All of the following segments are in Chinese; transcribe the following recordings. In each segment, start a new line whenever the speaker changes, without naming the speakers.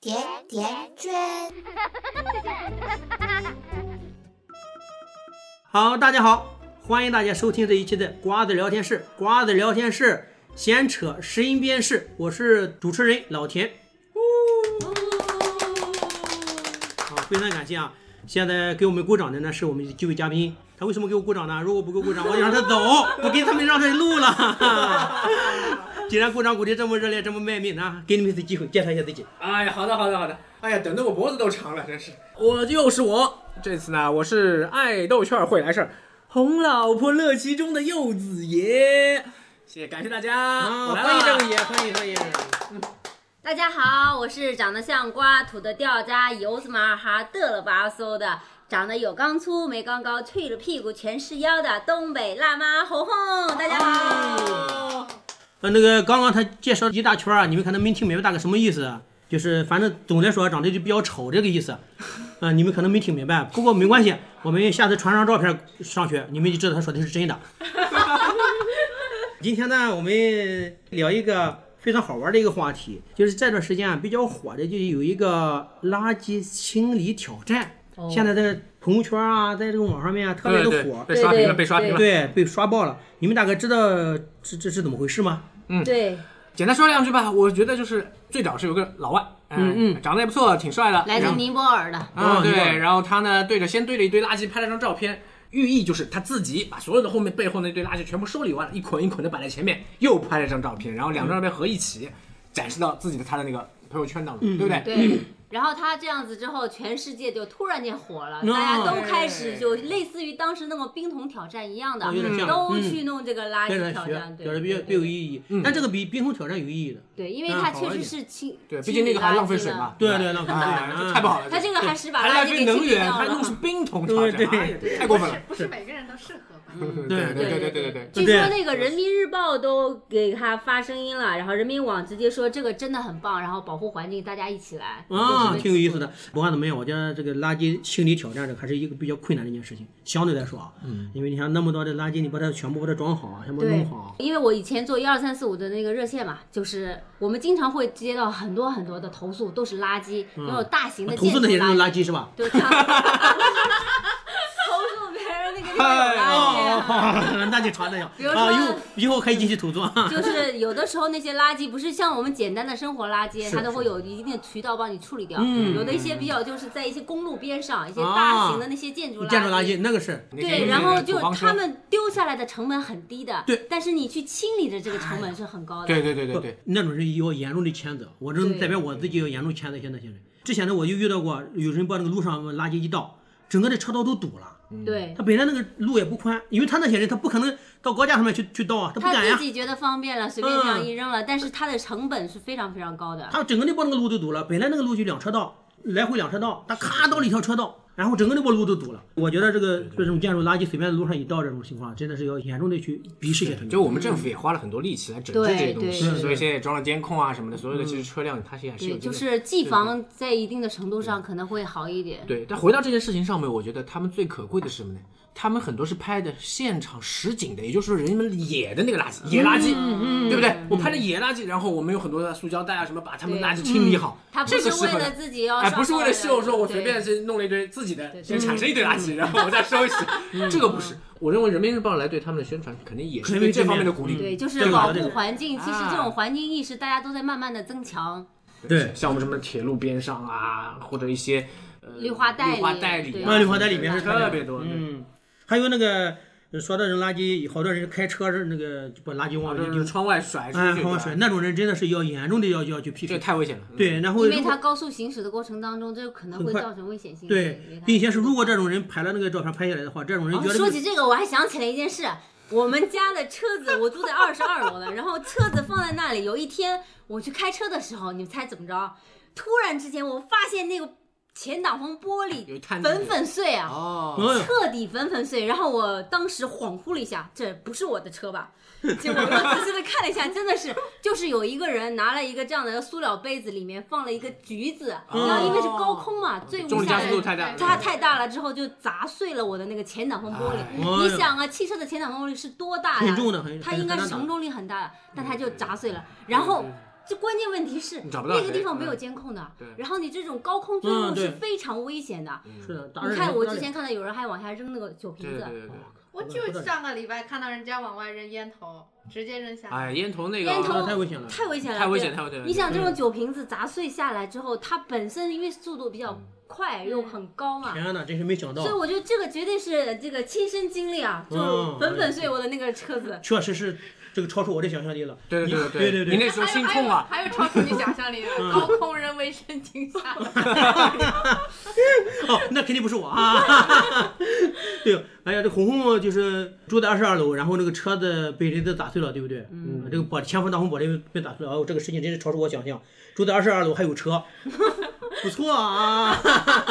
甜甜圈。
好，大家好，欢迎大家收听这一期的瓜子聊天室。瓜子聊天室闲扯身边事，我是主持人老田。啊，非常感谢啊！现在给我们鼓掌的呢是我们的几位嘉宾，他为什么给我鼓掌呢？如果不给我鼓掌，我就让他 走，我给他们让他录了。 既然鼓掌鼓的这么热烈，这么卖命啊，给你们一次机会介绍一下自己。
哎呀，好的好的好的，哎呀，等得我脖子都长了，真是。
我就是我，
这次呢，我是爱豆圈会来事儿，
哄老婆乐其中的柚子爷。
谢谢，感谢大家，
啊，
我来
欢迎
了。
郑爷，欢迎郑爷。
大家好，我是长得像瓜、土的掉渣、油子麻哈、嘚了吧嗖的，长得有刚粗没刚高、去了屁股全是腰的东北辣妈红红。大家好，
呃，那个刚刚他介绍一大圈儿啊，你们可能没听明白大概什么意思啊，就是反正总的来说长得就比较丑这个意思，啊、你们可能没听明白，不过没关系，我们下次传上照片上去，你们就知道他说的是真的。 今天呢，我们聊一个非常好玩的一个话题，就是这段时间啊比较火的，就有一个垃圾清理挑战，现在在朋友圈啊，在这个网上面啊特别的火。
哦对对，被刷屏了，
对对
被刷屏了。
对，被刷爆了！你们大概知道这这是怎么回事吗？
对，
简单说两句吧，我觉得就是最早是有个老外，
嗯
嗯，长得也不错，挺帅的，
来自
然后
尼泊尔的，
啊，
哦一会
对，
儿
然后他呢对着先对着一堆垃圾拍了张照片，寓意就是他自己把所有的后面背后那堆垃圾全部收理完了，一捆一捆的摆在前面，又拍了张照片，然后两张照片合一起展示到自己的他的那个朋友圈当中，对不对？
嗯对。然后他这样子之后，全世界就突然间火了，
哦
大家都开始就类似于当时那个冰桶挑战一样的
哦有点像，
都
嗯
去弄这个垃
跟
圾
人
挑
学
战，，对
有的比较
对嗯
比较有意义。但这个比冰桶挑战有意义的。
对，因为
嗯
它
好
确
一
实
点
是清，
对，毕竟那个还浪费水嘛，
对
吧
对浪费
哎
水
这太不好了，
它这个还是把
还
垃
浪
圾
费
给
能
清理
源，
掉
它
了
用的是冰桶挑
对
战，
对
哎呀太过分了。
不是每个人都适合 吧？
对
对对对
对
对对
据
对
说那个人民日报都给他发声音了，然后人民网直接说这个真的很棒，然后保护环境，大家一起来
啊，挺有意思。
就是
的。不管怎么样，我觉得这个垃圾清理挑战这还是一个比较困难的一件事情，相对来说啊，因为你像那么多的垃圾，你把它全部把它装好，啊全部弄
嗯对
好，，
因为我以前做一二三四五的那个热线嘛，就是我们经常会接到很多很多的投诉，都是垃圾，那种大型的
嗯啊投
建
诉
筑
那些人
垃
垃
圾，
圾是吧？
对，投 诉别人那个地
哎
方有垃圾。啊
哦， 那就传那样
比如说
啊，以后以后可以继续投诉 啊。
就是有的时候那些垃圾不是像我们简单的生活垃圾，
是
它都会有一定的渠道帮你处理掉。
嗯
有的一些比较就是在一些公路边上，一些
啊
大型的那些建筑垃 圾。
建筑垃圾那个是，
对
对，然后就
他
他们丢下来的成本很低的，
对，
但是你去清理的这个成本是很高的。
对对对对对，
那种人要严重的谴责，我这
对
代表我自己要严重谴责一下那些人。之前呢，我就遇到过有人把那个路上垃圾一倒，整个的车道都堵了。
对
嗯他本来那个路也不宽，因为他那些人他不可能到高架上面去去倒啊，他不敢
他
呀
自。己觉得方便了，随便这样一扔了，但是它的成本是非常非常高的。
他整个那把那个路都堵了，本来那个路就两车道，来回两车道，他咔倒了一条车道，然后整个那把路都堵了。我觉得这个这种建筑垃圾随便在路上一倒这种情况，真的是要严重的去鄙视一下他们。
就我们政府也花了很多力气来整治这些东西
对，嗯
对
所以现在也装了监控啊什么的，所有的其实车辆它现在是有
对，
监
就
控
是技防在一定的程度上可能会好一点。
对，但回到这件事情上面，我觉得他们最可贵的是什么呢？他们很多是拍的现场实景的，也就是说人们野的那个垃圾，野垃
嗯
圾，对不对？我拍的野垃圾，然后我们有很多的塑胶袋啊什么，把他们垃圾清理好。
嗯他不
这
是
个适
为
合
了
的。
自己要
哎，
上报的，
不是为了秀，说我随
对嗯
便去弄了一堆自己的，先产生一堆垃圾，然后我再收拾，这个不是。我认为人民日报来对他们的宣传肯定也是
肯
对
定
这
正
方面
面
的鼓励。
嗯对，就
对
是
吧
保
嗯这个
护环境。其实
啊
这种环境意识，大家都在慢慢的增强。
对，
像我们什么铁路边上啊，或者一些呃
绿化带里
绿化带里啊，
对
那绿化带里面是
特别多，对
嗯，还有那个呃说到扔垃圾，好多人开车是那个就把垃圾往
往
里
就是
丢，
窗外甩出去
哎，
的，
往外甩，那种人真的是要严重的要要去批
这
评。
太危险了。嗯，
对，然后
因为
如果
它高速行驶的过程当中，这可能
很
会
快
造成危险性。因为
对
它，
并且是如果这种人拍了那个照片拍下来的话，这种人
哦
觉得
说起这个，我还想起来一件事。我们家的车子，我住在二十二楼的，然后车子放在那里。有一天我去开车的时候，你们猜怎么着？突然之间，我发现那个前挡风玻
有一
璃
摊子
粉粉碎啊！
哦，
哎呦
彻底粉粉碎。然后我当时恍惚了一下，这不是我的车吧？结果我仔细的看 了一下，真的是，就是有一个人拿了一个这样的塑料杯子，里面放了一个橘子，然后因为是高空嘛，最
哦重
无
力
下
加速度
人。
太大，
它太大了，之后就砸碎了我的那个前挡风玻璃。
哎呦
你想啊，汽车的前挡风玻璃是多大呀？
很重的，很
它应该是
很
承重力很大的，但它就砸碎了。然后这关键问题是
嗯你找不到
那个地
谁
方没有
嗯
监控的，
对
然后你这种高空坠
嗯
落
对
是非常危险的。
是的，打
你
人
看我
打
之
人
前看到有人还往下扔那个酒瓶
嗯对对
子，哦
对对对，
我
不
就
得了
上个礼拜看到人家往外扔烟头，直接扔下来。
哎，烟头那个
烟头
那太危险了，
太危险了，
太危
对
险，太危险了。
你想这种酒瓶子砸碎下来之后，它本身因为速度比较
嗯
快又很高嘛，
嗯天哪，真是没想到
所以，我觉得这个绝对是这个亲身经历啊，就
嗯
粉粉碎我的那个车子。
确实是这个超出我的想象力了。
对
你
对
对
对
对
你那时候心
还有
痛啊，
还有超出你想象力的高空扔卫生巾下来，
哦，那肯定不是我啊！ 对，哎呀，这红红就是住在二十二楼，然后那个车子被人家砸碎了，对不对？嗯，这个玻前方挡风玻璃被砸碎了，哦，这个事情真是超出我想象。住在二十二楼还有 车，不错啊！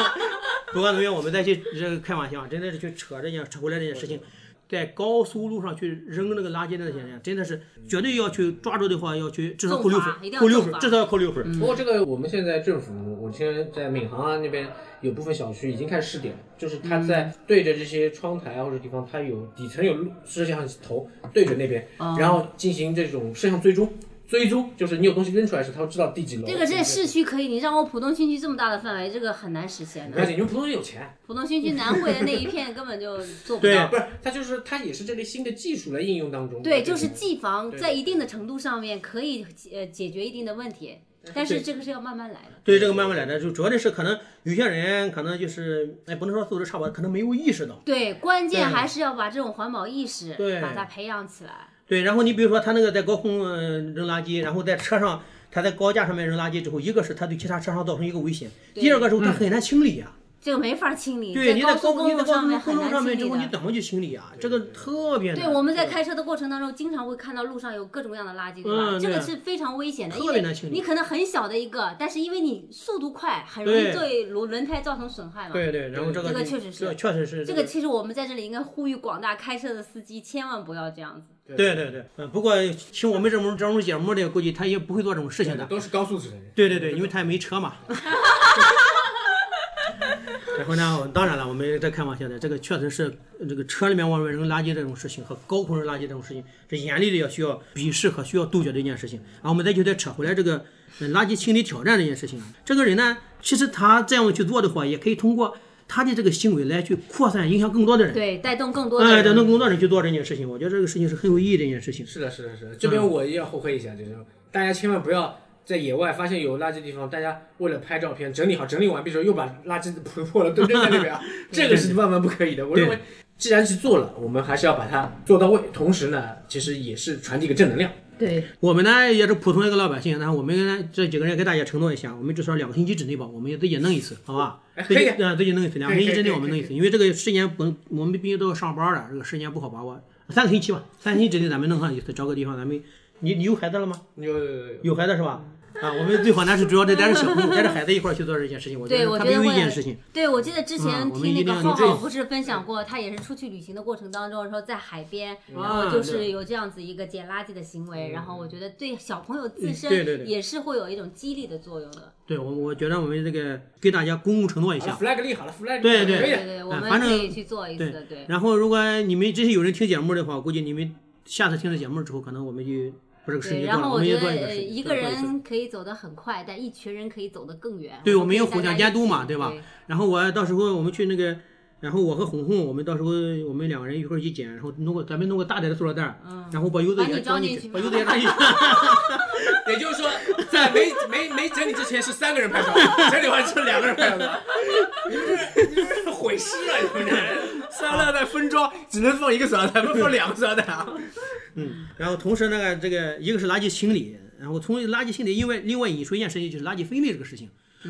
不管怎么样，我们再去这个开玩笑，啊真的是去扯这件扯回来这件事情。在高速路上去扔那个垃圾的那些人，真的是绝对要去抓住的话，要去至少扣六分
重罚一定，要嗯
扣六
重
分
罚，
至少要扣六分。
不过这个我们现在政府，我现在在闵行啊那边有部分小区已经开始试点了，就是它
嗯
在对着这些窗台啊或者地方，它有底层有录摄像头对着那边，
哦
然后进行这种摄像追踪。追踪就是你有东西扔出来时，它会知道第几楼。
这个在市区可以，你让我浦东新区这么大的范围，这个很难实现
不要
的。
紧，因为浦东人有钱，
浦东新区南汇的那一片根本就做不
对
到。
不是它就是它也是这类新的技术来应用当中。
对，就是技防
对
在一定的程度上面可以呃解决一定的问题，但是这个是要慢慢来的。
对这个慢慢来的，就主要的是可能有些人可能就是，哎，不能说素质差吧，可能没有意识到。
对，关键
对
还是要把这种环保意识
对
把它培养起来。
对，然后你比如说他那个在高空呃扔垃圾，然后在车上，他在高架上面扔垃圾之后，一个是他对其他车上造成一个危险，
对
第二个是他很难清理啊。
这个没法清理，
对，你在
高速
高你
公
在高
路上
速公
面很
路上
难
面
清
之后，你
理的。
怎么去清理啊？这个特别难。
对，我们在开车的过程当中，经常会看到路上有各种各样的垃圾，对吧？
嗯
这个
对
是非常危险的，
特
因
别难
为
清理
你可能很小的一个，但是因为你速度快，很容易
对
对轮轮胎造成损害嘛。
对对，然后这个
这个确实是
这确实是
这个其实我们在这里应该呼吁广大开车的司机，千万不要这样子。
对对对，嗯，不过听我们这种这种节目的，估计他也不会做这种事情的。
都是高素质的人。
对对对，因为他也没车 嘛。然后呢，我当然了，我们在开玩笑的，这个确实是呃这个车里面往外扔垃圾这种事情和高空扔垃圾这种事情，是严厉的要需要鄙视和需要杜绝的一件事情。然后我们再就再扯回来这个呃垃圾清理挑战这件事情啊，这个人呢，其实他这样去做的话，也可以通过他的这个行为来去扩散影响更多的人，
对，带动更多的
哎，带
人。
动更多人去做这件事情。我觉得这个事情是很有意义的一件事情。
是的，是的，是的，这边我也要后悔一下，就是大家千万不要在野外发现有垃圾地方，大家为了拍照片整理好，整理完毕之后又把垃圾铺破了都扔在 那边啊，这个是万万不可以的。我认为，既然去做了，我们还是要把它做到位，同时呢，其实也是传递一个正能量。
对，
我们呢也是普通一个老百姓，然后我们呢这几个人给大家承诺一下，我们至少两个星期之内吧，我们也自己弄一次，好吧？
哎
自己
可以
啊，自己弄一次，两个星期之内
可以可以
我们弄一次，因为这个时间不，我们毕竟都要上班了，这个时间不好把握。三个星期吧，三个星期之内咱们弄上一次，找个地方咱们，你你有孩子了吗？
有有有有，
有孩子是吧？
嗯
啊，我们最好呢是主要得带着小朋友，带着孩子一块儿去做这件事情，我觉
嗯
对
得
我
特
觉
别
得
有意
会
义一件事情。
对，我记得之前
嗯我们一
听那
定
个
要
浩
用这
浩不是分享过，他也是出去旅行的过程当中，说在海边，然后哦就
嗯对嗯
是有这样子一个捡垃圾的行为，然后我觉得对小朋友自
对对对
身也是会有一种激励的作用的。
对我，我觉得我们这个给大家公共承诺一
好了
下，
，flag 立好了，flag 立
对
好了
对
可以
对
的。
对，我
哎
们
反
可
正
以去做一次，对。
然后，如果你们真是有人听节目的话，估计你们下次听了节目之后，可能我们就不是个事
对，
情
然
做了，我
后我
们
觉
也
得
做一个
呃
事情，
一
做做
个
一次
人可以走得很快，但一群人可以走得更远。
对我
们
们要
可以
互
大
相
家一
监督嘛，
起
对吧
对？
然后我到时候我们去那个，然后我和红红，我们到时候我们两个人一块儿去捡，然后弄个咱们弄个大点的塑料袋儿，然后把柚子
嗯把
也
你装
装
进
进
去
把
吗
柚子也装进去。
也就是说，在没没没整理之前是三个人拍照，整理完之后两个人拍照。你们这你们这毁尸啊！你们这塑料袋分装只能放一个塑料袋，不能放两个塑料袋啊！
嗯，然后同时那个这个一个是垃圾清理，然后从垃圾清理，因为另外引出一件事情就是垃圾分类这个事情，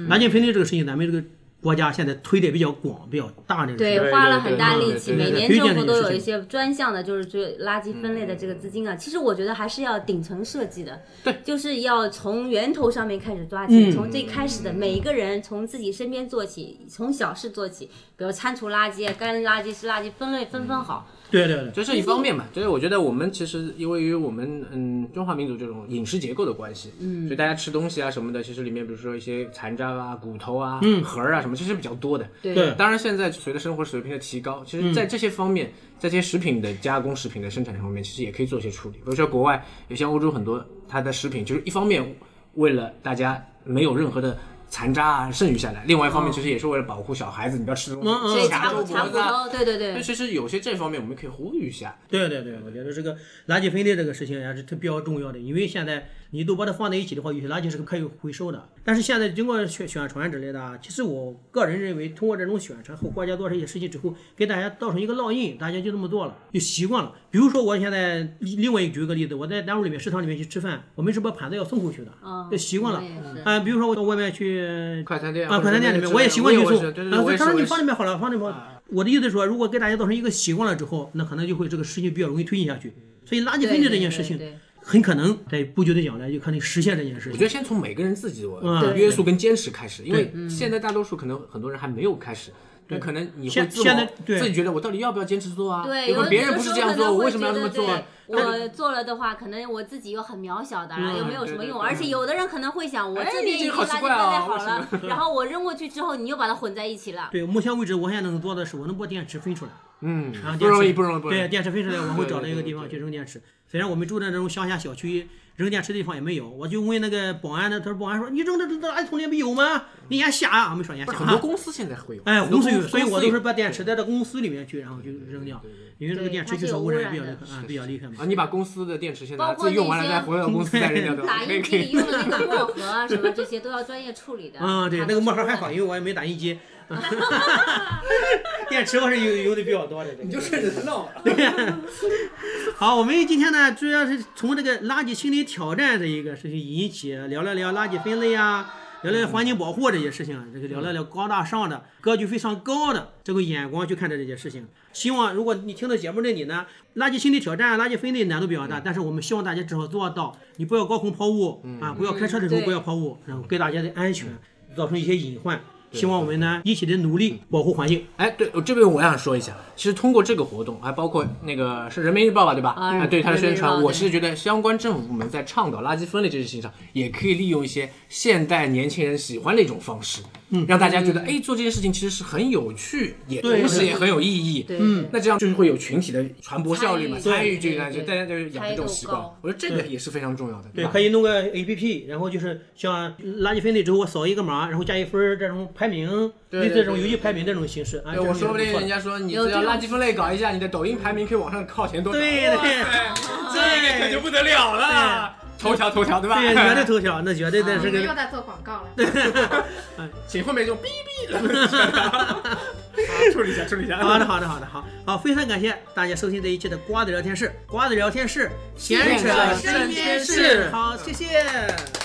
垃圾分类这个事情，咱们这个国家现在推的比较广、比较大这个事情。
对，花了很大力气，
对对
每
对
年
推
政
荐
府
这
都
件
有
事
一
情
些专项的，就是这垃圾分类的这个资
嗯
金啊。其实我觉得还是要顶层设计的，对，就是要从源头上面开始抓
嗯
起，从最开始的每一个人从自己身边做起，从小事做起，比如铲除垃圾、干垃圾、湿垃圾分类分分好。
对对对。
这是一方面嘛，就是我觉得我们其实因为于我们嗯中华民族这种饮食结构的关系，嗯，所以大家吃东西啊什么的，其实里面比如说一些残渣啊、骨头啊、嗯、核儿啊什么，其实比较多的。
对嗯
当然，现在随着生活水平的提高，其实在这些方面，在这些食品的加工、食品的生产上面，其实也可以做一些处理。比如说，国外有像欧洲很多它的食品，就是一方面为了大家没有任何的残渣啊剩余下来，另外一方面其实也是为了保护小孩子，你不要吃东
嗯嗯嗯
西，
嗯所以
卡
查
住
骨查
脖
骨
子啊。
头，对对
那
对，
其实有些这方面我们可以呼吁一下，
对啊对对，我觉得这个垃圾分类这个事情还是特比较重要的，因为现在你都把它放在一起的话，有些垃圾是可以回收的。但是现在经过宣宣传之类的啊，其实我个人认为，通过这种宣传和国家做这些事情之后，给大家造成一个烙印，大家就这么做了，就习惯了。比如说我现在另外一举一个例子，我在单位里面食堂里面去吃饭，我们是把盘子要送出去的，
嗯，
就习惯了
我。也是。
啊、比如说我到外面去
快餐店
啊，快餐店里面我也习惯去送。啊，当然你放里面好了，放里面好了。
啊，
我的意思是说，如果给大家造成一个习惯了之后，那可能就会这个事情比较容易推进下去。
嗯
所以垃圾分类这件事情，
对，
很可能在不久的将来就可能实现这件事
我
情
觉。得先从每个人自己
嗯
的约束跟坚持开始，因为现在大多数可能很多人还没有开始。那
对
可能你会
现
自我
现在对
自己觉得我到底要不要坚持做啊？
对，
因
有
为
的
别人不是这样做，我为什么要这么做？
有的时候可能会觉得对我做了的话，可能我自己又很渺小的，然后又没有什么用。
对对对嗯
而且有的人可能会想，我
哎
这
你
边已
这
经
个好
垃圾
奇
分类
怪啊
好了，然后我扔过去之后，你又把它混在一起了。
对，目前为止我现在能做的是，我能把电池分出来。
嗯
然后，
不
电池
容易，不容易，不容
啊对，
易。
电池分出来，我会找到一个
对对对
地方
对
去扔电池。虽然我们住的那种乡下小区，扔电池的地方也没有，我就问那个保安的，他说保安说你扔的这这垃圾桶里面有吗？你眼瞎啊？没说眼瞎
但很多
啊。
公司现在会有，
哎，
很多
公司有，
公
所以我
司
都
有
是把电池带到公司里面去，然后就扔掉，
对对对
因为这个
对
电池
它
去
是
受
有
污
污
染
染
比较
的
厉害，啊，比较厉害嘛
啊，。你把公司的电池现
包
在
括
自己用完了
那些
再回到公司再扔掉，对吧
打
可以
印
可
机 里
以。
用的那个墨盒啊，什么这些都要专业处理的。
啊，对，
它
那个墨盒
都是
还好，因为我也没打印机。 电池我是有有的比较多的。这个
顺着他闹吧。
好，我们今天呢，主要是从这个垃圾清理挑战这一个事情引起，聊了聊垃圾分类啊，聊聊环境保护这些事情啊，这个聊了聊高大上的、格局非常高的这个眼光去看待这些事情。希望如果你听到节目的你呢，垃圾清理挑战、垃圾分类难度比较大，但是我们希望大家至少做到，你不要高空抛物啊，不要开车的时候
嗯
不要抛物，然后给大家的安全造成一些隐患。希望我们呢一起的努力保护环境。
哎，对，我这边我想说一下，其实通过这个活动，还包括那个是人民日报吧，对吧？
啊
哎对它的宣
人民日
传，
报
我是觉得相关政府部门在倡导垃圾分类这件事情上，也可以利用一些现代年轻人喜欢的一种方式，嗯，让大家觉得，哎，做这件事情其实是很有趣，也
对
同时也很有意义。
对，
嗯
那这样就是会有群体的传播效率嘛，
参
参
与
与这
对
个，就
对对
大家就是养成这种习惯
参与度高。
我觉得这个也是非常重要的，
对，
吧？
可以弄个 A P P，然后就是像垃圾分类之后，我扫一个码，然后加一分儿这种排名，
对
类似这种
对
游戏排名这种形式啊。
哎，
这种
我说不
也
定
错的
人家说你
有
只
这
要
种
垃圾分类搞一下，你的抖音排名可以往上靠前多少？
对对
这个可就不得了了，头条头条对吧？
对，绝对头条，那绝对的
你
是
们又
个。
在做广告了。
请后面就哔哔了，好 处理一下处理一下。
好的，好的，好的，好好，非常感谢大家收听这一期的瓜子聊天室，瓜子聊天室，闲扯身边事，好，谢谢。